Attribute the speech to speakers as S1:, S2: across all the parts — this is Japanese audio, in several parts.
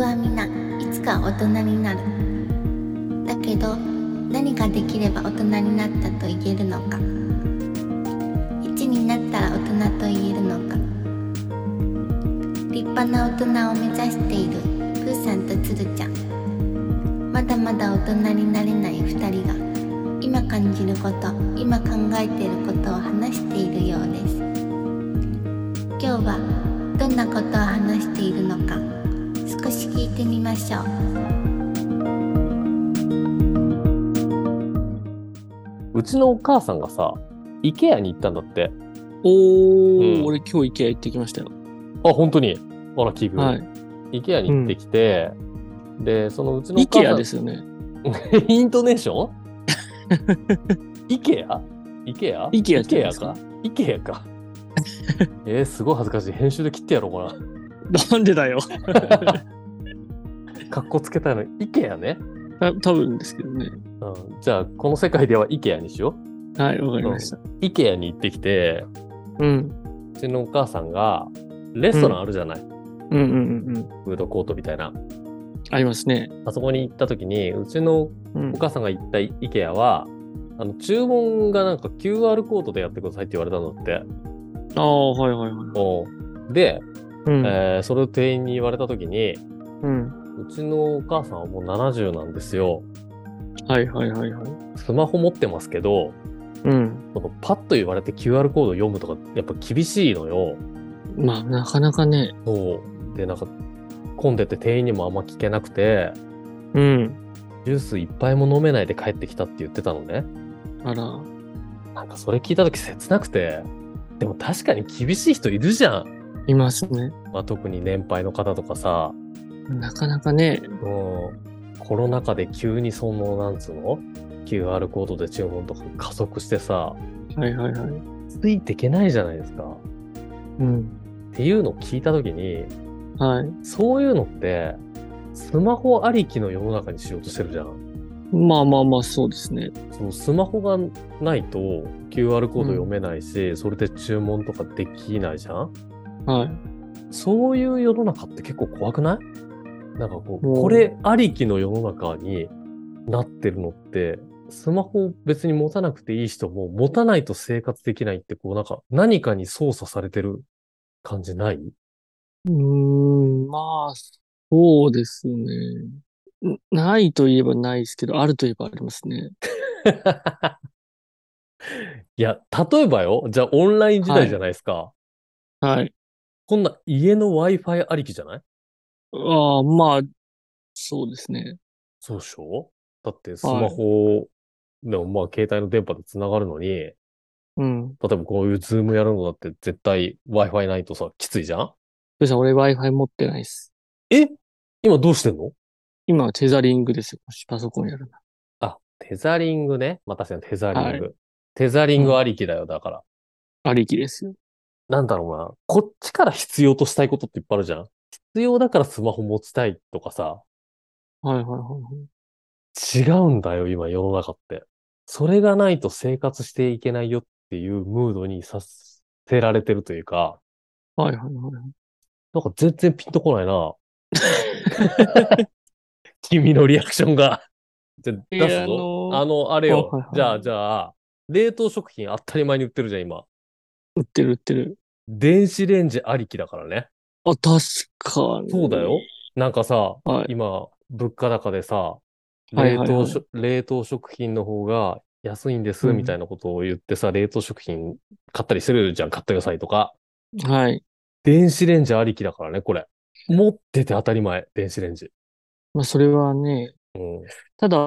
S1: はみんないつか大人になるだけど何ができれば大人になったと言えるのか1になったら大人と言えるのか立派な大人を目指しているプーさんとつるちゃんまだまだ大人になれない2人が今感じること今考えていることを話しているようです今日はどんなことを話しているのか少し聞いてみましょう
S2: うちのお母さんがさ、IKEA に行ったんだって。
S3: おー、
S2: うん
S3: 俺今日 IKEA 行ってきましたよ。
S2: あ、本当にあら、器具。
S3: はい。
S2: IKEA に行ってきて、で、そのうちのお母さん。
S3: IKEA ですよね。
S2: イン トネーション ?IKEA?IKEA?
S3: IKEA じゃないです
S2: IKEA か ?IKEA か。えー、すごい恥ずかしい。編集で切ってやろうか
S3: なんでだよ。
S2: な。かっこつけたいの。IKEA ね。
S3: た多分ですけどね。
S2: うん、じゃあ、この世界では IKEA にしよ
S3: はい、わかりました。
S2: う。IKEA に行ってきて、
S3: うん。
S2: うちのお母さんが、レストランあるじゃない、
S3: うんうんうんうん。
S2: フードコートみたいな。
S3: ありますね。
S2: あそこに行った時に、うちの
S3: うん
S2: お。母さんが行った IKEA は、あの注文がなんか QR コードでやってくださいって言われたんだって。
S3: ああ、はいはいはい。
S2: おうで、
S3: うん。
S2: えーそれを店員に言われた時に、
S3: うん。
S2: うちのお母さんはもう70なんですよ。
S3: はいはいはいはい。
S2: スマホ持ってますけど、
S3: うん。
S2: そのパッと言われて QR コード読むとか、やっぱ厳しいのよ。
S3: まあ、なかなかね。
S2: そう。で、なんか、混んでて店員にもあんま聞けなくて、
S3: うん。
S2: ジュース一杯も飲めないで帰ってきたって言ってたのね。
S3: あら。
S2: なんかそれ聞いた時切なくて、でも確かに厳しい人いるじゃん。
S3: いますね。
S2: まあ、特に年配の方とかさ、
S3: なかなかね。
S2: うん、コロナ禍で急にその、なんつうの ?QR コードで注文とか加速してさ、
S3: はいはいはい。
S2: ついていけないじゃないですか。
S3: うん。
S2: っていうのを聞いたときに、
S3: はい。
S2: そういうのって、スマホありきの世の中にしようとしてるじゃん。
S3: まあまあまあ、そうですね。
S2: そのスマホがないと QR コード読めないし、それで注文とかできないじゃん
S3: はい。
S2: そういう世の中って結構怖くないなんかこう、
S3: うん
S2: これありきの世の中になってるのって、スマホを別に持たなくていい人も持たないと生活できないって、こうなんか何かに操作されてる感じないう
S3: ーん、まあ、そうですね。んないといえばないですけど、あるといえばありますね。
S2: いや、例えばよ、じゃあオンライン時代じゃないですか。
S3: はい。
S2: こんな家の Wi-Fi ありきじゃない
S3: ああ、まあ、そうですね。
S2: そうでしょだってスマホでもまあ携帯の電波で繋がるのに、
S3: うん。
S2: 例えばこういうズームやるのだって絶対 Wi-Fi ないとさ、きついじゃん
S3: ふうさん、俺 Wi-Fi 持ってないです。
S2: え今どうしてんの
S3: 今はテザリングですよ。もしパソコンやるな
S2: あ、テザリングね。まあ、確かにテザリング。
S3: はい
S2: テザリングありきだよ、だから。
S3: ら。ありきですよ。
S2: なんだろうな。こっちから必要としたいことっていっぱいあるじゃん必要だからスマホ持ちたいとかさ、
S3: はいはいはいはい。
S2: 違うんだよ、今世の中って。それがないと生活していけないよっていうムードにさせられてるというか、
S3: はいはいはい。
S2: なんか全然ピンとこないな。 君のリアクションが。じゃ、
S3: いや
S2: 出すぞ。
S3: あのー
S2: あの、あれよ
S3: あはいは。い
S2: じゃあ、じゃあ、冷凍食品当たり前に売ってるじゃん、今。
S3: 売ってる売ってる。
S2: 電子レンジありきだからね。
S3: あ、確かに。
S2: そうだよ。。なんかさ、
S3: はい。
S2: 今、物価高でさ、
S3: はい
S2: 冷
S3: はい
S2: 凍しょ冷凍食品の方が安いんです、
S3: うん
S2: みたいなことを言ってさ、冷凍食品買ったりするじゃん、買った野菜とか。
S3: はい。
S2: 電子レンジありきだからね、これ。持ってて当たり前、電子レンジ。
S3: まあ、それはね、
S2: うん。
S3: ただ、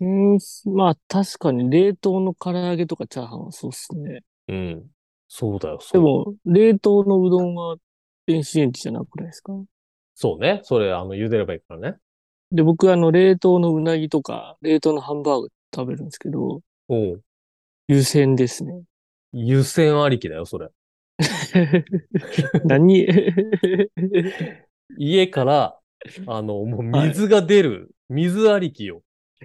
S3: うんまあ、確かに冷凍の唐揚げとかチャーハンはそうですね。
S2: うん。そうだよ、そう
S3: でも、冷凍のうどんは電子レンジじゃなくないですか
S2: そうね。それ、あの、茹でればいいからね。
S3: で、僕、あの、冷凍のうなぎとか、冷凍のハンバーグ食べるんですけど、
S2: うん。
S3: 湯煎で すね。
S2: 湯煎ありきだよ、それ。
S3: 何
S2: 家から、あの、もう水が出る。水ありきよ。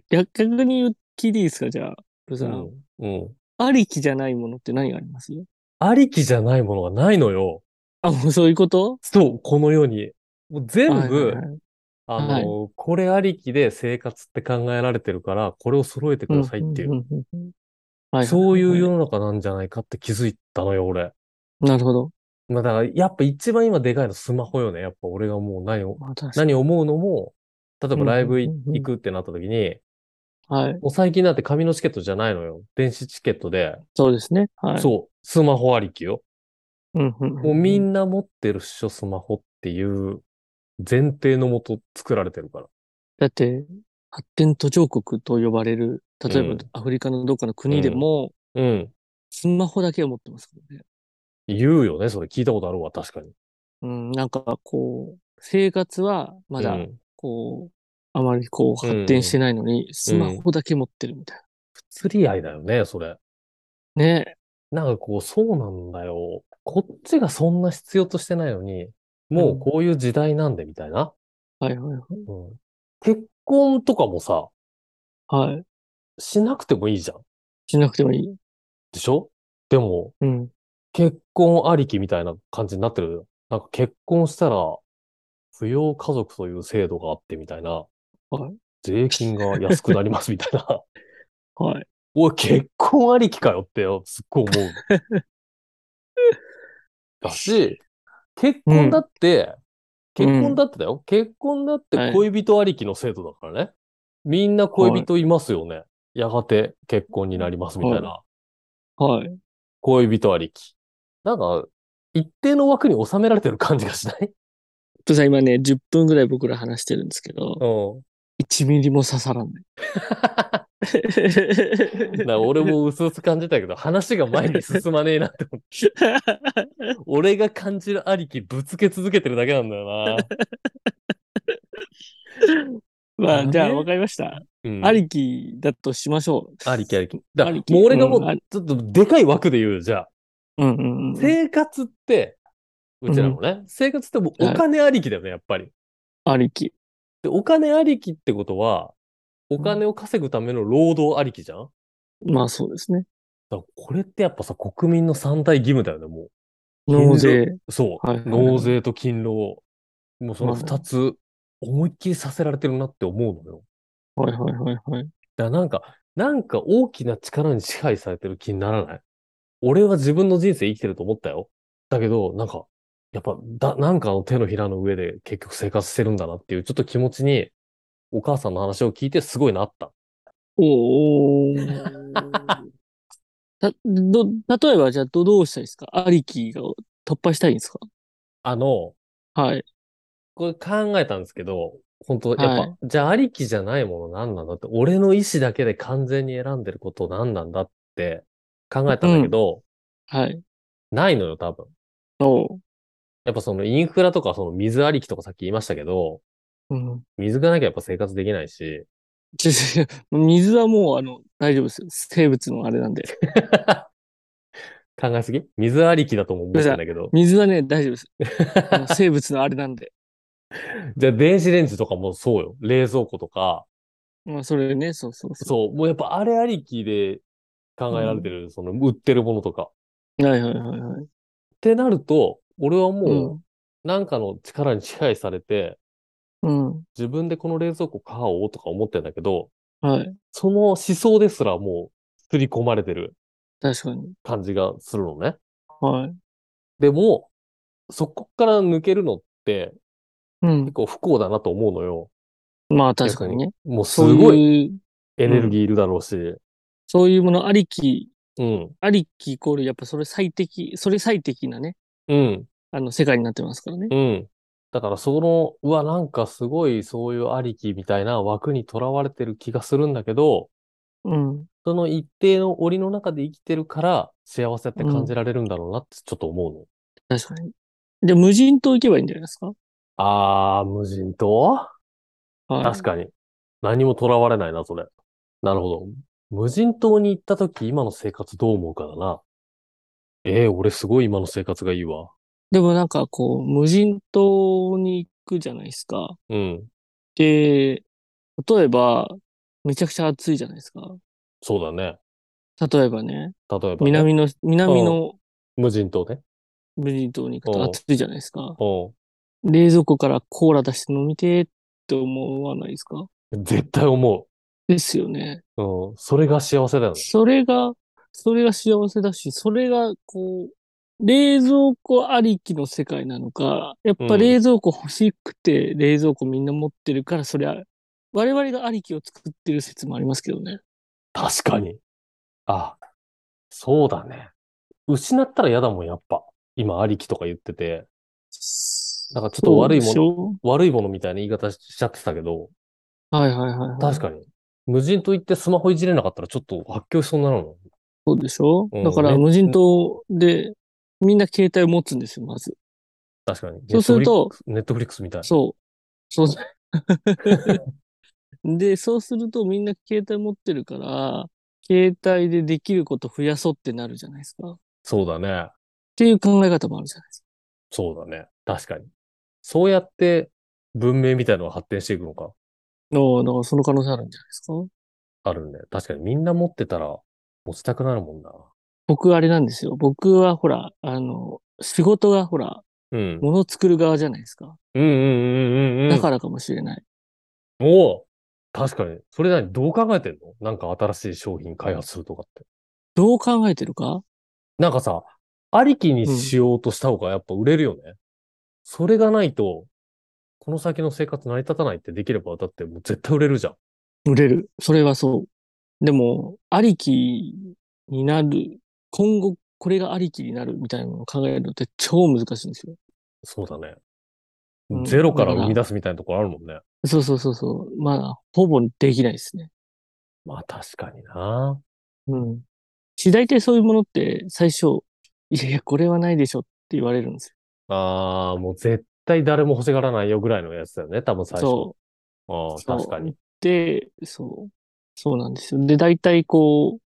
S3: 逆に言っていいですかじゃあ、ブ
S2: う
S3: さん。
S2: ん。うん。
S3: ありきじゃないものって何があります
S2: ありきじゃないものがないのよ。
S3: あ、もうそういうこと
S2: そう、この世に。もう全部、
S3: はいはいはい
S2: あ
S3: は
S2: の、これありきで生活って考えられてるから、これを揃えてくださいっていう、
S3: んんんうんはいはいはいはい
S2: そういう世の中なんじゃないかって気づいたのよ、俺。
S3: なるほど。
S2: まあだから、やっぱ一番今でかいのスマホよね。やっぱ俺がもう何を、
S3: まあ確か
S2: 何
S3: に
S2: 思うのも、例えばライブい
S3: うんうんうんうん
S2: 行くってなった時に、
S3: はい。
S2: もう最近だって紙のチケットじゃないのよ。電子チケットで、
S3: そうですね。はい。
S2: そう、スマホありきよ。
S3: うんうんうん。
S2: もうみ
S3: な。
S2: んな持ってるっしょ、スマホっていう前提のもと作られてるから。
S3: だって、発展途上国と呼ばれる、例え
S2: うん
S3: ばアフリカのどっかの国でも、
S2: うん。
S3: スマホだけを持ってますからね。
S2: 言うよね、それ聞いたことあるわ、確かに。
S3: うん、なんかこう、生活はまだ
S2: うん
S3: こう、あまりこう発展してないのに、スマホだけ持ってるみたい
S2: 不釣り合いだよね、それ。
S3: な。ね。
S2: なんかこう、そうなんだよ。こっちがそんな必要としてないのに、もうこういう時代なんで、みたいな、
S3: はいはいはい。
S2: うん結婚とかもさ、
S3: はい。
S2: しなくてもいいじゃん。
S3: しなくてもいい。
S2: でしょでも、
S3: うん。
S2: 結婚ありきみたいな感じになってる。なんか結婚したら、扶養家族という制度があってみたいな
S3: はい。
S2: 税金が安くなりますみたいな。
S3: はい。
S2: おい、結婚ありきかよって、すっごい 思う。だし、結婚だって、
S3: うん
S2: 結婚だってだよ。結婚だって
S3: はい
S2: 恋人ありきの制度だからね。みんな恋人いますよね。やがて結婚になりますみたいな。
S3: はい。
S2: 恋人ありき。なんか、一定の枠に収められてる感じがしない
S3: とさ、今ね、10分ぐらい僕ら話してるんですけど、
S2: うん。
S3: 1ミリも刺さら ない。
S2: なんか俺も薄々感じたけど、話が前に進まねえなって思って 俺が感じるありきぶつけ続けてるだけなんだよな。
S3: まあ、じゃ
S2: あ
S3: あ
S2: れ
S3: 分かりました。
S2: うん
S3: ありきだとしましょ
S2: ありきありき。だ
S3: あ
S2: もう
S3: りき
S2: 俺がもう
S3: うんあり、
S2: ちょっとでかい枠で言う、じゃあ。
S3: う。うんうんうん。
S2: 生活って、うちらもね、生活ってもうお金ありきだよね、やっぱり。
S3: ありき。
S2: で、お金ありきってことは、お金を稼ぐための労働ありきじゃんだか
S3: まあそうですね。
S2: らこれってやっぱさ、国民の三大義務だよね、も
S3: 納税。
S2: う。そう。
S3: はいはいはい
S2: 納税と勤労。もうその二つ、思いっきりさせられてるなって思うのよ。
S3: はいはいはいはい。
S2: だからなんか、なんか大きな力に支配されてる気にならない俺は自分の人生生きてると思ったよ。だけど、なんか、やっぱ、だ、なんかの手のひらの上で結局生活してるんだなっていう、ちょっと気持ちに、お母さんの話を聞いてすごいなった。
S3: おお。 た、ど、例えばじゃあど、どうしたいですかありきが突破したいんですか
S2: あの、
S3: はい。
S2: これ考えたんですけど、本当やっぱ、
S3: はい
S2: じゃあありきじゃないもの何なんだって、俺の意思だけで完全に選んでること何なんだって考えたんだけど、
S3: はい。
S2: ないのよ、多分。
S3: おう。
S2: やっぱそのインフラとかその水ありきとかさっき言いましたけど、
S3: うん。
S2: 水がなきゃやっぱ生活できないし。
S3: ちょちょ水はもう、あの、大丈夫ですよ。生物のあれなんで。
S2: 考えすぎ水ありきだとも思ってんだけど。
S3: 水はね、大丈夫です。あの生物のあれなんで。
S2: じゃあ電子レンジとかもそうよ。冷蔵庫とか。
S3: まあ、それね、そうそうそ
S2: そう。もうやっぱあれありきで考えられてる、その売ってるものとか。っ
S3: う。はいはいはいはい。
S2: てなると、俺は
S3: う
S2: もうなんかの力に支配されて、
S3: ん。うん。
S2: 自分でこの冷蔵庫買おうとか思ってんだけど、
S3: はい。
S2: その思想ですらもう刷り込まれてる
S3: 確かに。
S2: 感じがするのね。
S3: はい。
S2: でも、そこから抜けるのって
S3: うん
S2: 結。構不幸だなと思うのよ。
S3: まあ、確かにね。
S2: もうす
S3: そう
S2: ごい
S3: いう、
S2: エネルギーいるだろうし。
S3: そういうものありき、
S2: うん。
S3: ありきイコール、やっぱそれ最適、それ最適なね。
S2: うん。
S3: あの、世界になってますからね。
S2: うん。だからその、うわ、なんかすごいそういうありきみたいな枠にとらわれてる気がするんだけど、
S3: うん。
S2: その一定の檻の中で生きてるから幸せって感じられるんだろうなってちょっと思うの。
S3: 確かに。じゃあ、無人島行けばいいんじゃないですか
S2: あー、無人島
S3: はい。
S2: 確かに。何もとらわれないな、それ。なるほど。無人島に行った時、今の生活どう思うかだな。えー、俺すごい今の生活がいいわ。
S3: でもなんか、こう、無人島に行くじゃないですか。
S2: うん。
S3: で、例えば、めちゃくちゃ暑いじゃないですか。
S2: そうだね。
S3: 例えばね、
S2: 例えば、ね、
S3: 南の、南の
S2: 無人島ね。
S3: 無人島に行く
S2: う
S3: と
S2: ん
S3: 暑いじゃないですか。
S2: うん。
S3: 冷蔵庫からコーラ出して飲みてーって思わないですか
S2: 絶対思
S3: ですよね。
S2: う。うん。それが幸せだよね。
S3: それが、それが幸せだし、それがこう、冷蔵庫ありきの世界なのか、やっ
S2: う
S3: ぱ
S2: ん
S3: 冷蔵庫欲しくて冷蔵庫みんな持ってるから、そりゃ、我々がありきを作ってる説もありますけどね。
S2: 確かに。あ、そうだね。失ったら嫌だもん、やっぱ。今、ありきとか言ってて、なんかちょっと悪いもの
S3: の。
S2: 悪いものみたいな言い方しちゃってたけど、
S3: はいはいはいはい。
S2: 確かに。無人島行ってスマホいじれなかったらちょっと発狂しそうになるの。
S3: そうでしょ、
S2: うん
S3: だから
S2: ね
S3: 無人島で、みんな携帯を持つんですよ、まず。
S2: 確かに。
S3: そうすると
S2: ネットフリックス、ネットフリックスみたい。
S3: そう。 そう。で、そうするとみんな携帯持ってるから、携帯でできること増やそうってなるじゃないですか。っ
S2: そうだね。
S3: ていう考え方もあるじゃないですか。
S2: そうだね。確かに。そうやって文明みたいのが発展していくのか。
S3: のだからその可能性あるんじゃないですか。
S2: あるね。確かにみんな持ってたら持ちたくなるもんな。
S3: 僕あれなんですよ。僕はほら、あの、仕事がほら、
S2: うん。
S3: 物を作る側じゃないですか。
S2: うんうんうんうんうん。
S3: だからかもしれない。
S2: おう確かに。それ何どう考えてんのなんか新しい商品開発するとかって。
S3: どう考えてるか
S2: なんかさ、ありきにしようとした方がやっぱ売れるよね。それがないと、この先の生活成り立たないってできれば、だってもう絶対売れるじゃん。
S3: 売れる。それはそう。でも、ありきになる。今後、これがありきになるみたいなのを考えるのって超難しいんですよ。
S2: そうだね
S3: う。ん
S2: ゼロから
S3: だから
S2: 生み出すみたいなところあるもんね。
S3: そうそうそうそう。まあ、ほぼできないですね。
S2: まあ確かにな。
S3: うん。し、大体そういうものって最初、いやいや、これはないでしょって言われるんですよ。
S2: ああ、もう絶対誰も欲しがらないよぐらいのやつだよね。多分最初。
S3: そ
S2: あ
S3: う。
S2: あ、確かに。
S3: で、そう。そうなんですよ。で、大体こう、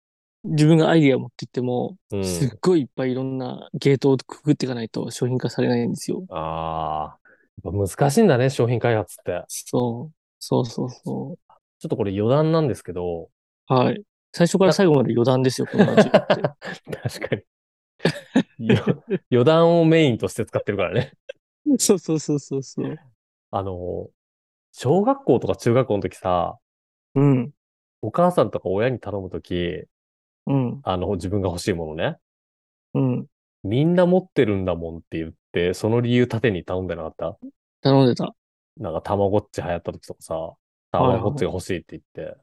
S3: 自分がアイディア持っていっても、
S2: うん。
S3: すっごいいっぱいいろんなゲートをくぐっていかないと商品化されないんですよ。
S2: ああ。やっぱ難しいんだね、商品開発って。
S3: そう。そうそうそ
S2: ちょっとこれ余談なんですけど、
S3: う。はい。最初から最後まで余談ですよ、こ の話って。
S2: 確かに。よ余談をメインとして使ってるからね。
S3: そうそうそうそうそう。
S2: あの、小学校とか中学校の時さ、
S3: うん。
S2: お母さんとか親に頼む時、
S3: うん。
S2: あの、自分が欲しいものね、
S3: うん。
S2: みんな持ってるんだもんって言って、その理由縦に頼んでなかった
S3: 頼んでた。
S2: なんか、たまごっち流行った時とかさ、たまごっちが欲しいって言って、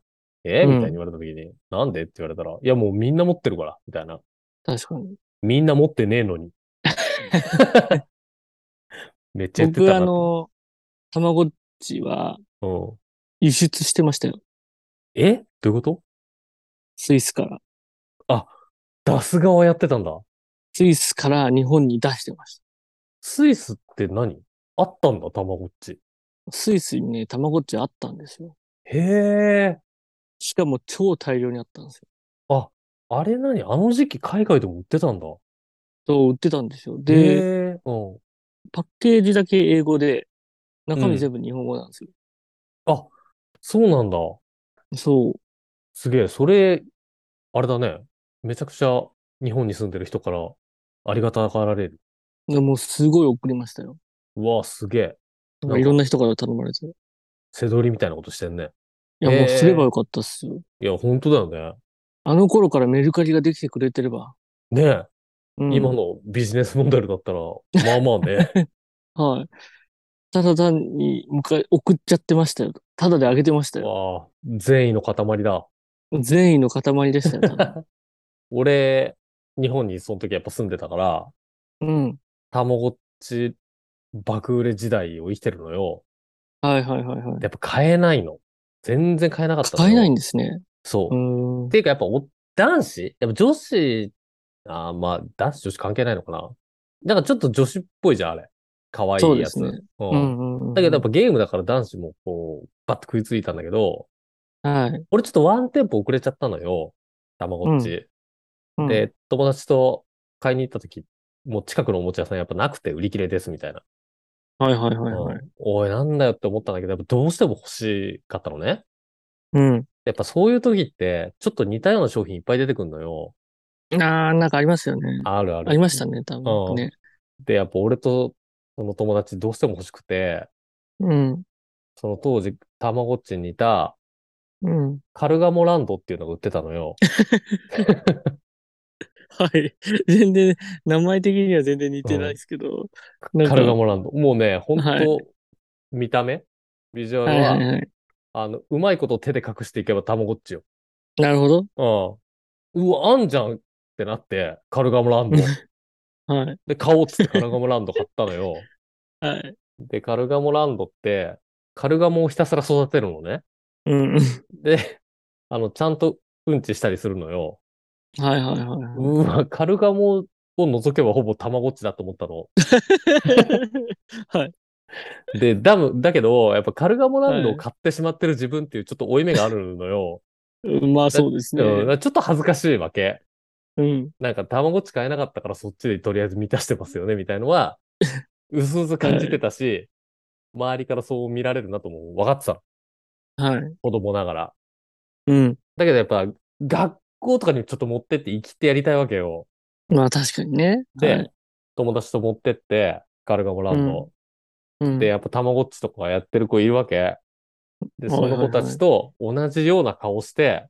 S2: え
S3: うん
S2: みたいに言われた時に、なんでって言われたら、いやもうみんな持ってるから、みたいな。
S3: 確かに。
S2: みんな持ってねえの に。めっちゃ言ってた
S3: 僕、
S2: な。
S3: あの、たまごっちは
S2: うん、
S3: 輸出してましたよ。
S2: えどういうこと
S3: スイスから。
S2: 出す側やってたんだ。
S3: スイスから日本に出してまし
S2: スイスって何あったんだ、たまごっち。
S3: た。スイスにね、たまごっちあったんですよ。
S2: へえ。
S3: しかも超大量にあったんですよ。
S2: あれ何あの時期海外でも売ってたんだ。
S3: と売ってたんですよ。
S2: へ
S3: で、
S2: え。うん。
S3: パッケージだけ英語で、中
S2: うん
S3: 身全部日本語なんですよ。
S2: あ、そうなんだ。
S3: そう。
S2: すげえ。それ、あれだね。めちゃくちゃ日本に住んでる人からありがたがられる。
S3: でもうすごい送りましたよ。
S2: うわ、すげえ。な
S3: なん
S2: ん
S3: か
S2: か
S3: いろんな人から頼まれて。い
S2: 背取りみたいなことしてんね。
S3: や、
S2: へー
S3: もうすればよかったっすよ。
S2: いや、本当だよね。
S3: あの頃からメルカリができてくれてれば。
S2: ねえ、
S3: うん
S2: 今のビジネスモデルだったら、まあまあね。
S3: はい。ただ単に迎え、送っちゃってましたよ。ただであげてましたよ。
S2: わあ、善意の塊だ。
S3: 善意の塊でしたよ。多分
S2: 俺、日本にその時やっぱ住んでたから、
S3: うん。
S2: たまごっち爆売れ時代を生きてるのよ。
S3: はいはいはいはい。
S2: やっぱ買えないの。全然買えなかったのよ
S3: 買えないんですね。
S2: そうう。っ
S3: ーん。
S2: ていうかやっぱお男子やっぱ女子、あーまあ男子女子関係ないのかな。だからちょっと女子っぽいじゃん、あれ。可愛
S3: そう
S2: い
S3: で
S2: やつ。
S3: すね
S2: う。
S3: うんんうんうん。
S2: だけどやっぱゲームだから男子もこう、バッと食いついたんだけど、
S3: はい。
S2: 俺ちょっとワンテンポ遅れちゃったのよ。たまごっち。
S3: うん、
S2: で、友達と買いに行った時、もう近くのおもちゃ屋さんやっぱなくて売り切れですみたいな。
S3: はいはいはいはい。
S2: うんおい、なんだよって思ったんだけど、やっぱどうしても欲しかったのね。
S3: うん。
S2: やっぱそういう時って、ちょっと似たような商品いっぱい出てくるのよ。
S3: あー、なんかありますよね。
S2: あるある。
S3: ありましたね、多分ね。
S2: で、やっぱ俺とその友達どうしても欲しくて、
S3: うん。
S2: その当時、たまごっちにいた、
S3: うん。
S2: カルガモランドっていうのが売ってたのよ。
S3: はい。全然、名前的には全然似てないですけど。 なんか
S2: カルガモランド。もうね、本当、
S3: はい
S2: 見た目ビジュア
S3: はい
S2: ルは、
S3: はいはい。
S2: あの、うまいこと手で隠していけばたまごっちよ。
S3: なるほど。
S2: うん。うわ、あんじゃんってなって、カルガモランド。
S3: はい。
S2: で、買おうっつってカルガモランド買ったのよ。
S3: はい。
S2: で、カルガモランドって、カルガモをひたすら育てるのね。
S3: うん。
S2: で、あの、ちゃんとうんちしたりするのよ。
S3: はいはい は
S2: うわ、カルガモを除けばほぼたまごっちだと思ったの。
S3: い。はい。
S2: で、ダム、だけど、やっぱカルガモランド
S3: は
S2: を
S3: い
S2: 買ってしまってる自分っていうちょっと負い目があるのよ。
S3: うんまあそうですね。
S2: うん、ちょっと恥ずかしいわけ。
S3: うん。
S2: なんか、たまごっち買えなかったからそっちでとりあえず満たしてますよね、みたいのは、 うすうす感じてたし、周りからそう見られるなとも分かってたの。
S3: はい。
S2: 子供ながら。
S3: うん。
S2: だけどやっぱ、学校とかにちょっと持ってって生きてやりたいわけよ。
S3: まあ確かにね。
S2: で、
S3: はい
S2: 友達と持ってって、カルガモランドを。
S3: うん
S2: で、やっぱたまごっちとかやってる子いるわけ。で、
S3: はいは
S2: そ
S3: いは
S2: の
S3: い
S2: 子たちと同じような顔して、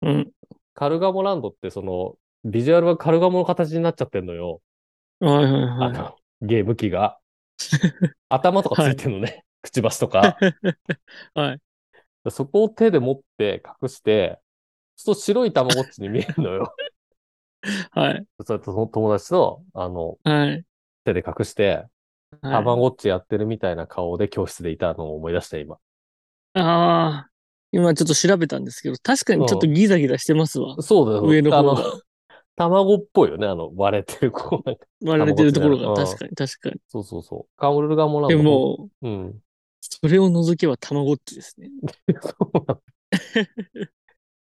S3: うん。
S2: カルガモランドってその、ビジュアルはカルガモの形になっちゃってんのよ。
S3: はいはい
S2: あ
S3: は
S2: の、ゲーム機 が。頭とかついてんのね。くちばしと か。
S3: い。はい。
S2: そこを手で持って隠して、そうすると白いたまごっちに見えるの よ。
S3: はい。
S2: それとその友達と、あの、
S3: はい。
S2: 手で隠して、たまごっちやってるみたいな顔で教室でいたのを思い出した、今。
S3: ああ。今ちょっと調べたんですけど、確かにちょっとギザギザしてますわ。
S2: そうだよ。
S3: 上の
S2: あ
S3: 方
S2: の
S3: が、
S2: 卵っぽいよね、あの、割れてる、こう、なんか。
S3: 割れてるところが
S2: 卵
S3: 確かに確かに。
S2: そうそうそう。カオルガモランド。
S3: でも、
S2: うん。
S3: それを除けばたまごっちですね。
S2: そう なんだ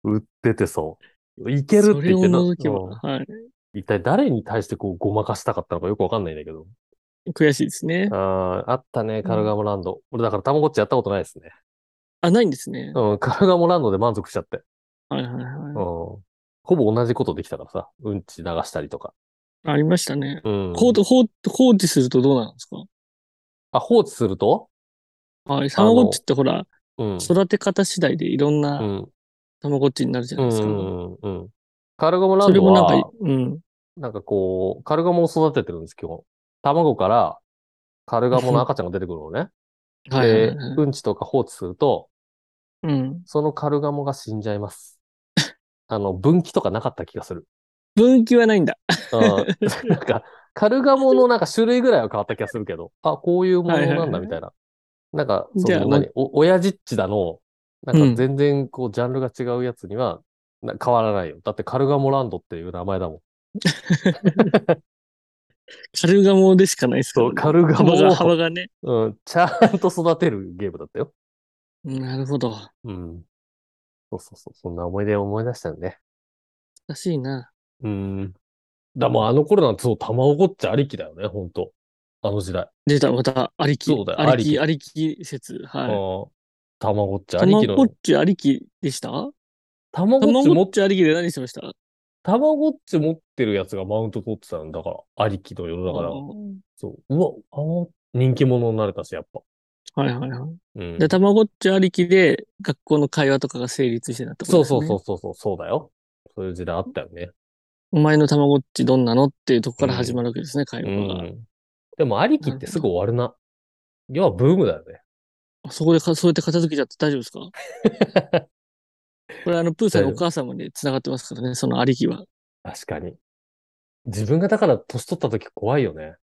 S2: 売っててそう。いけるって言って
S3: それ
S2: な
S3: を除けば、
S2: うん
S3: はい。
S2: 一体誰に対してこうごまかしたかったのかよくわかんないんだけど。
S3: 悔しいですね。
S2: あーあったね、カルガモランド。俺だからたまごっちやったことないですね。
S3: あ、ないんですね。
S2: うん、カルガモランドで満足しちゃって。
S3: はいはい
S2: うん。
S3: は
S2: ほぼ同じことできたからさ。うんち流したりとか。
S3: い。ありましたね。
S2: うん。
S3: 放置放放置するとどうなるんです
S2: あ、放置すると
S3: かはい。たまごっちってほら、
S2: うん。
S3: 育て方次第でいろん
S2: う。
S3: なんたまごっちになるじゃ
S2: う
S3: ない
S2: ん
S3: で
S2: う
S3: すか。
S2: んうんうん。カルガモラ
S3: そ
S2: ン
S3: れ
S2: ド
S3: もなん
S2: は、
S3: か、うん。
S2: なんかこう、カルガモを育ててるんです、基本。卵からカルガモの赤ちゃんが出てくるのね。
S3: はいはい
S2: で、
S3: はい。
S2: うんちとか放置すると、
S3: うん。
S2: そのカルガモが死んじゃいます。あの、分岐とかなかった気がする。
S3: 分岐はないんだ。
S2: うん なんか、カルガモのなんか種類ぐらいは変わった気がするけど、あ、こういうもの
S3: はい
S2: な
S3: はい
S2: ん
S3: は
S2: だ
S3: い
S2: みたいな。なんか、そ
S3: じゃあ
S2: の、何、お、親父っちだの、な
S3: うんん
S2: か全然こう、ジャンルが違うやつには、な変わらないよ。だってカルガモランドっていう名前だもん。
S3: カルガモでしかないですか
S2: そ
S3: ら、
S2: う、
S3: ね。
S2: カルガモ
S3: 幅が、幅
S2: を、
S3: がね。
S2: うん、ちゃんと育てるゲームだったよ。
S3: なるほど。
S2: うん。そうそうそう、そんな思い出を思い出したんね。
S3: らしいな。
S2: うん。だ、もうあの頃なんてそう、玉おごっちゃありきだよね、ほんと。あの時代。
S3: 出た、また、ありき。
S2: そうだよ
S3: ありき、
S2: あ
S3: ありき説。
S2: あ
S3: はい。
S2: ーたまごっちゃあ
S3: た
S2: り
S3: ま
S2: き
S3: ご
S2: の
S3: っ。ちありきでした
S2: たま
S3: た
S2: ご
S3: ま
S2: っち
S3: ごっ
S2: も、
S3: ちありきで何してました
S2: たまごっち持ってるやつがマウント取ってたんだから、ありきの世だから
S3: あ。ー
S2: そう。うわ、あの、人気者になれたし、やっぱ。
S3: はいはいはい。
S2: うん。
S3: で、たまごっちありきで学校の会話とかが成立してたってこと
S2: そう
S3: で
S2: そ
S3: すね。
S2: うそうそうそう、そうだよ。そういう時代あったよね。
S3: お前のたまごっちどんなのっていうとこから始まるわけですね、会
S2: う
S3: 話が。
S2: ん。でも、ありきってすぐ終わるな。要はブームだよね。
S3: あそこでか、そうやって片付けちゃって大丈夫ですかこれあの、プーさんのお母様に繋がってますからね、そのありきは。
S2: 確かに。自分がだから年取った時怖いよね。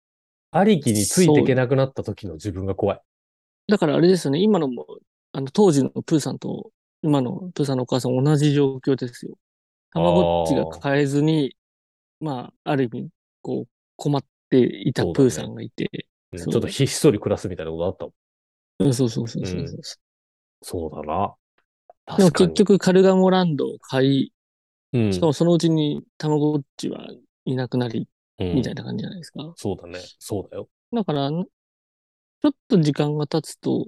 S2: ありきについていけなくなった時の自分が怖い。
S3: だからあれですよね、今のも、あの、当時のプーさんと、今のプーさんのお母さん同じ状況ですよ。たまごっちが買えずに、まあ、ある意味、こう、困っていた
S2: そうだ
S3: プ
S2: ね
S3: ーさんがいて、
S2: うん
S3: そ
S2: ち
S3: う
S2: ょっとひっそり暮らすみたいなことあったもん。
S3: うんそうそうそうそうそう、
S2: そうだな。
S3: でも
S2: 確か
S3: 結
S2: に。
S3: 局カルガモランドを買い、
S2: うん
S3: しかもそのうちにたまごっちはいなくなり、
S2: うん
S3: みたいな感じじゃないですか。
S2: そうだね。そうだよ。
S3: だから、ちょっと時間が経つと、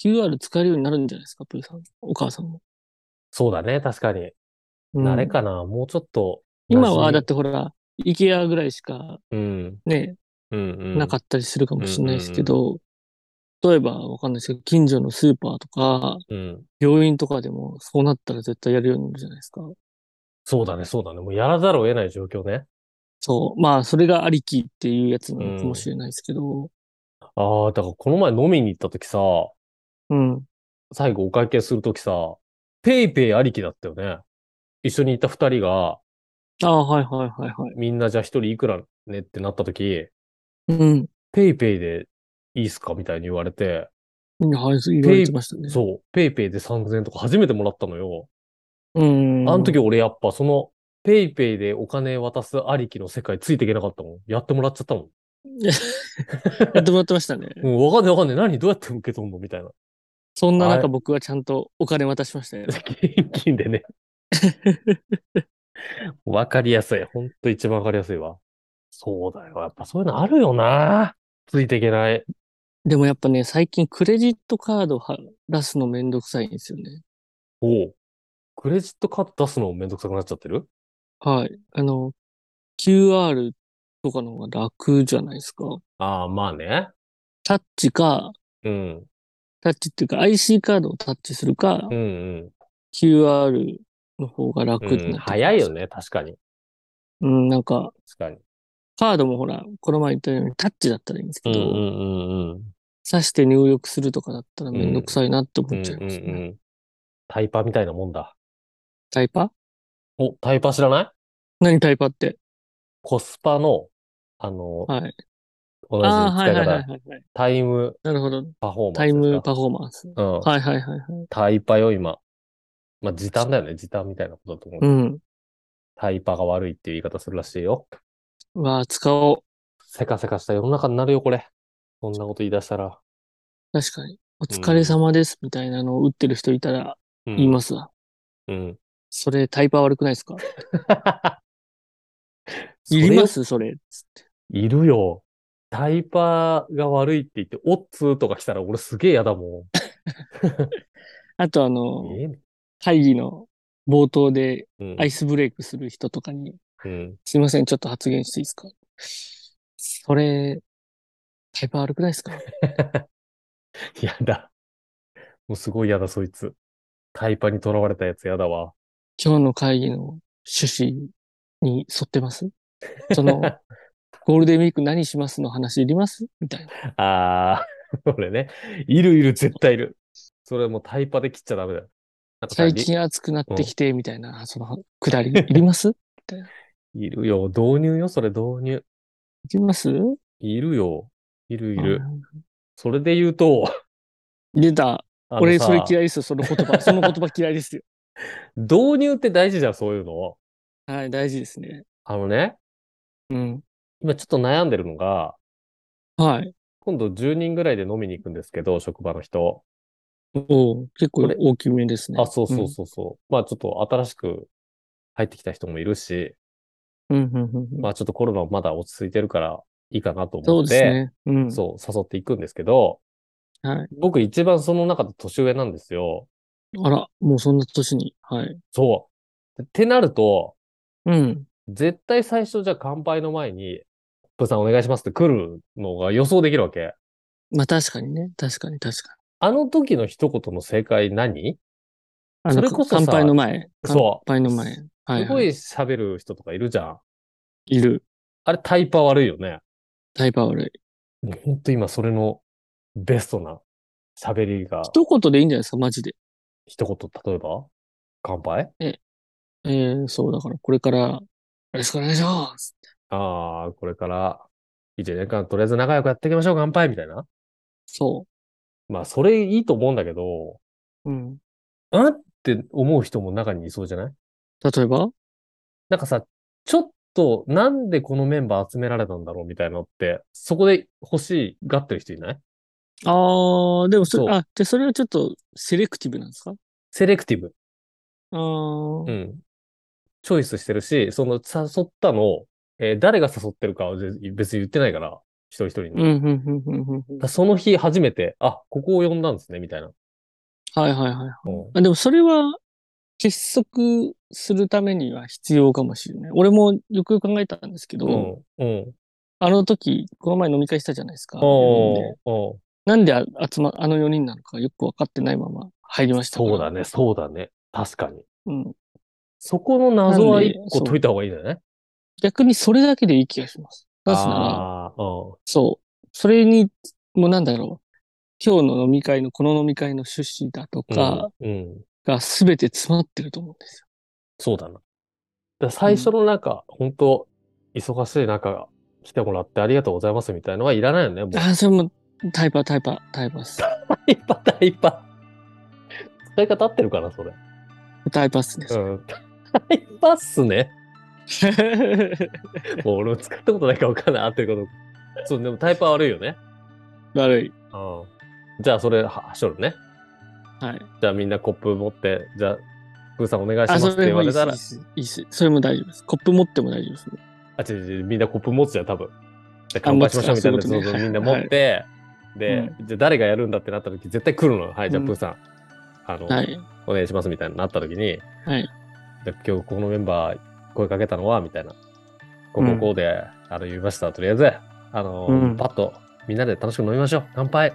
S3: QR 使えるようになるんじゃないですか、プーさん。お母さんも。
S2: そうだね。確かに。
S3: うん
S2: 慣れかな。もうちょっと。。
S3: 今は、だっててほら、IKEA ぐらいしか
S2: うん。
S3: ね、
S2: うんうん。
S3: なかったりするかもしれないですけど、例えばわかんないですけど、近所のスーパーとか、
S2: うん。
S3: 病院とかでもそうなったら絶対やるようになるじゃないですか。
S2: そうだね、そうだね。もうやらざるを得ない状況ね。
S3: そう。まあ、それがありきっていうやつなのかもしれないですけど、
S2: ああ、だからこの前飲みに行った時さ、
S3: うん。
S2: 最後お会計するときさ、ペイペイありきだったよね。一緒にいた二人が、
S3: ああ、はいはいはいはい。
S2: みんなじゃあ一人いくらねってなったとき、
S3: うん。
S2: ペイペイでいいっすかみたいに言われて、
S3: みんな、はい、言われてましたね。
S2: そう、ペイペイで3000円とか初めてもらったのよ。
S3: うん。
S2: あの時俺やっぱその、ペイペイでお金渡すありきの世界ついていけなかったもん。やってもらっちゃったもん。
S3: やってもらってましたね。
S2: うん、わかんないわかんない。何どうやって受け取んのみたいな。
S3: そんな
S2: あれ
S3: 中僕はちゃんとお金渡しましたよ。
S2: 現金で ね。わかりやすい。ほんと一番わかりやすいわ。そうだよ。やっぱそういうのあるよな。ついていけない。
S3: でもやっぱね、最近クレジットカードは出すのめんどくさいんですよね。
S2: おうクレジットカード出すのめんどくさくなっちゃってる
S3: はい。あの、QR とかの方が楽じゃないですか。
S2: ああ、まあね。
S3: タッチか、
S2: うん。
S3: タッチっていうか IC カードをタッチするか、
S2: うん
S3: QR の方が
S2: う
S3: 楽
S2: ん。
S3: になってき
S2: うん、
S3: ます
S2: 早いよ。ね。確かに。
S3: うん、なんか、
S2: 確かに。
S3: カードもほら、この前言ったようにタッチだったらいいんですけ
S2: うんう
S3: ど、
S2: んうんうん。
S3: 刺して入力するとかだったらめんどくさいなって
S2: うん
S3: 思っちゃい
S2: うん
S3: ますね。
S2: うん。タイパみたいなもんだ。
S3: タイパ
S2: お、タイパ知らない
S3: 何タイパって。
S2: コスパの、あの、
S3: はい。
S2: 同じ
S3: ああ、は
S2: 使
S3: い
S2: い
S3: はいはい
S2: 方、
S3: はいはい。
S2: タイム
S3: なるほど。
S2: パフォーマンスですか。
S3: タイムパフォーマンス。
S2: うん。
S3: はいはいはいはい。
S2: タイパよ、今。まあ、時短だよね。時短みたいなことだと思う。
S3: うん。
S2: タイパが悪いっていう言い方するらしいよ。
S3: うわあ、使おう。
S2: せかせかした世の中になるよ、これ。そんなこと言い出したら。
S3: 確かに。お疲れ様ですみたいなのを打ってる人いたら
S2: うん
S3: 言いますわ。
S2: うん。
S3: それタイパ悪くないですか
S2: それ
S3: いりますそれ。つって
S2: いるよ。タイパが悪いって言って、おっつーとか来たら俺すげえ嫌だも
S3: あとあ
S2: ん。
S3: の、
S2: え
S3: 会議の冒頭で
S2: うん
S3: アイスブレイクする人とかに、
S2: うん。
S3: すいません、ちょっと発言していいですかそれ、タイパ悪くないですか
S2: 嫌だ。もうすごい嫌だ、そいつ。タイパに囚われたやつ嫌だわ。
S3: 今日の会議の趣旨に沿ってますその、ゴールデンウィーク何しますの話いりますみたいな。
S2: あー、 俺ね。いるいる、絶対いる。それもうタイパで切っちゃダメだよ。なんかさ
S3: 最近暑くなってきて、みたいな、その、くだり、いります
S2: いるよ。導入よ、それ導入。
S3: いります
S2: いるよ。いるいる
S3: あ。
S2: それで言うと、
S3: 出た。
S2: あの
S3: 俺、それ
S2: さ
S3: 嫌いですよ、その言葉。 その言葉嫌いですよ。
S2: 導入って大事じゃん、そういうの。
S3: はい、大事ですね。
S2: あのね、
S3: うん。
S2: 今ちょっと悩んでるのが、
S3: はい。
S2: 今度10人ぐらいで飲みに行くんですけど、職場の人。
S3: おう結構
S2: これ
S3: 大きめですね。
S2: あ、そうそうそうそう。まあちょっと新しく入ってきた人もいるし、
S3: うん。うん、うん、うんうん。
S2: まあちょっとコロナまだ落ち着いてるからいいかなと
S3: そ
S2: 思
S3: う
S2: っ
S3: です
S2: て、
S3: ね。うん。
S2: そう、誘っていくんですけど、
S3: はい。
S2: 僕一番その中で年上なんですよ。
S3: あら、もうそんな年に。はい。
S2: そう。ってなると、
S3: うん。
S2: 絶対最初じゃあ乾杯の前に、プーさんお願いしますって来るのが予想できるわけ。
S3: まあ、確かにね。確かに、確か
S2: あの時の一言の正解何
S3: に。あの
S2: それこそさ
S3: 乾杯の前。
S2: そう
S3: 乾杯の前。はい、
S2: すご
S3: はいい。
S2: 喋る人とかいるじゃん。
S3: いる。
S2: あれタイパ悪いよね。
S3: タイパ悪い。
S2: もうほんと今それのベストな喋りが、
S3: 一言でいいんじゃないですか、マジで。
S2: 一言、例えば、乾杯
S3: えー、そう、だから、これから、よろしくお願いします。
S2: ああ、これから、一年間とりあえず仲良くやっていきましょう、乾杯みたいな。
S3: そ
S2: まあ、それいいと思うんだけど、
S3: う。うん。
S2: うんって思う人も中にいそうじゃない
S3: 例えば
S2: なんかさ、ちょっとなんでこのメンバー集められたんだろうみたいなのって、そこで欲しがってる人いない
S3: ああ、でもそ
S2: そ
S3: れ、
S2: う
S3: あ、じゃあそれはちょっとセレクティブなんですか
S2: セレクティブ。
S3: ああ、
S2: うん。チョイスしてるし、その誘ったのを、えー誰が誘ってるかは別別に言ってないから、一人一人に。
S3: うん、うん、うん、うん、うんうん。
S2: だその日初めて、あ、ここを呼んだんですね、みたいな。
S3: はいはいはい。あでもそれは結束するためには必要かもしれない。俺もよくよく考えたんですけど、
S2: うん。うん。
S3: あの時、この前飲み会したじゃないですか。
S2: お
S3: で
S2: お
S3: なんであ集ま、あの4人なのかよく分かってないまま入りましたから
S2: そうだね、そうだね。確かに。
S3: うん。
S2: そこの謎は一個
S3: なんでそう
S2: 解いた方がいいんだよね。
S3: 逆にそれだけでいい気がします。なぜなら、
S2: ああ、うん。
S3: そう。それに、もうなんだろう。今日の飲み会の、この飲み会の趣旨だとか
S2: うん、うん。
S3: が全て詰まってると思うんです
S2: そうだな。だから最初のなんか、本当忙しい中、来てもらってありがとうございますみたいのはいらないよ ね、もう
S3: よ。。ああ、それもタイパータイパータイパーっす。
S2: タイパ、タイパ。使い方合ってるかな、それ。
S3: タイパーっすです。
S2: うん。 タイパっすね。もう俺も使ったことないから分かんない、合ってるかどうか。そう、でもタイパ悪いよね。
S3: 悪い。
S2: うん。じゃあ、それ、は、はしょるね。
S3: はい。
S2: じゃあみんなコップ持って、じゃあ、プーさんお願いしま
S3: あ、
S2: す
S3: そ
S2: って
S3: れ
S2: 言
S3: も
S2: わ
S3: い
S2: れ
S3: いっす。
S2: た
S3: いい
S2: ら
S3: っ、すいいっす。それも大丈夫です。コップ持っても大丈夫です。
S2: あ、違う違う、みんなコップ持つじゃん、多分。じゃあ乾杯しましょうみたいな、
S3: 持つ
S2: そ
S3: か
S2: うそう
S3: そうい
S2: み
S3: うんこ
S2: な
S3: とね
S2: 持って、で、じゃあ誰がやるんだってなった時、絶対来るのよ。はい、じゃあ
S3: うん
S2: プーさん、あの、
S3: はい。
S2: お願いしますみたいになった時に、
S3: はい。
S2: じゃあ今日このメンバー声かけたのはみたいな。こうこうこうで、あの、言いました。とりあえず、あの、
S3: うん
S2: パッとみんなで楽しく飲みましょう。乾杯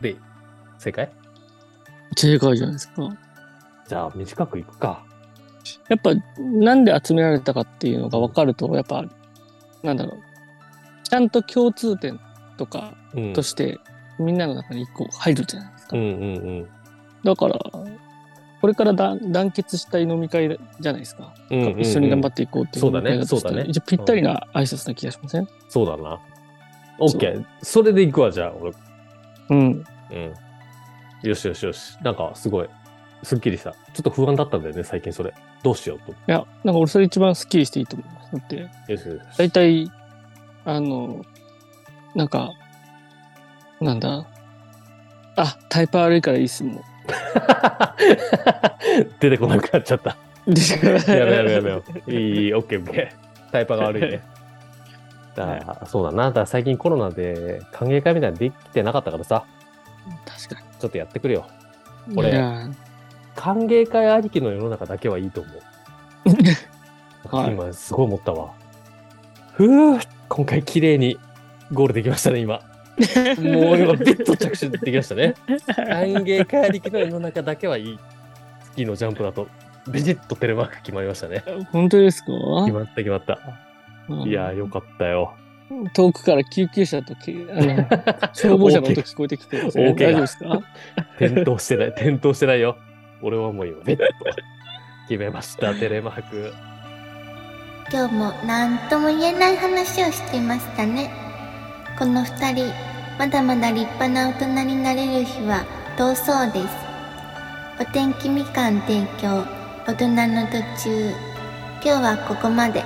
S2: で、正解
S3: 正解じゃないですか。
S2: じゃあ短くいくか。
S3: やっぱ、なんで集められたかっていうのが分かると、やっぱ、なんだろう。ちゃんと共通点とか
S2: うん。
S3: として、みんなの中に一個入るじゃないですか。
S2: うんうんうん。
S3: だから、これからだ団結したい飲み会じゃないですか。
S2: うんうんうん
S3: 一緒に頑張っていこうっていう飲み会とした
S2: そうだねそうだ
S3: ら
S2: ね
S3: 一応ぴったりな挨拶な気がしません
S2: そうだな。オッケー。それでいくわ、じゃあ、俺。
S3: うん。
S2: うん。よしよしよし。なんか、すごい、すっきりした。ちょっと不安だったんだよね、最近それ。どうしようと。
S3: いや、なんか俺それ一番スッキリしていいと思います。だって、
S2: よしよし。
S3: 大体、あの、なんか、なんだ、あ、タイパ悪いからいいっすもん。
S2: 出てこなくなっちゃった。やめやめやめよ。いい、いい、オッケーオッケー。タイパが悪い ね。だから、そうだな。だから最近コロナで歓迎会みたいなのできてなかったからさ、
S3: 確か
S2: ちょっとやってくれよ。
S3: に。
S2: これ
S3: いや
S2: 歓迎会ありきの世の中だけはいいと思う。
S3: はい
S2: 今すごい思ったわ。ふう今回綺麗にゴールできましたね、今。もう今、ビッと着手できました ね。歓迎会力の世の中だけはいい。スキーのジャンプだと、ビジッとテレマーク決まりましたね。
S3: 本当ですか
S2: 決まった、決まった。
S3: うん
S2: いやー、よかったよ。
S3: 遠くから救急車とけあの消防車の音聞こえてきてるんですよ
S2: 大怪
S3: 大
S2: 我
S3: 丈夫ですか
S2: 転倒してない、転倒してないよ。俺はもう今、ビッと決めました、テレマーク。
S1: 今日も何とも言えない話をしてましたねこの2人まだまだ立派な大人になれる日は遠そうですお天気みかん提供大人の途中今日はここまで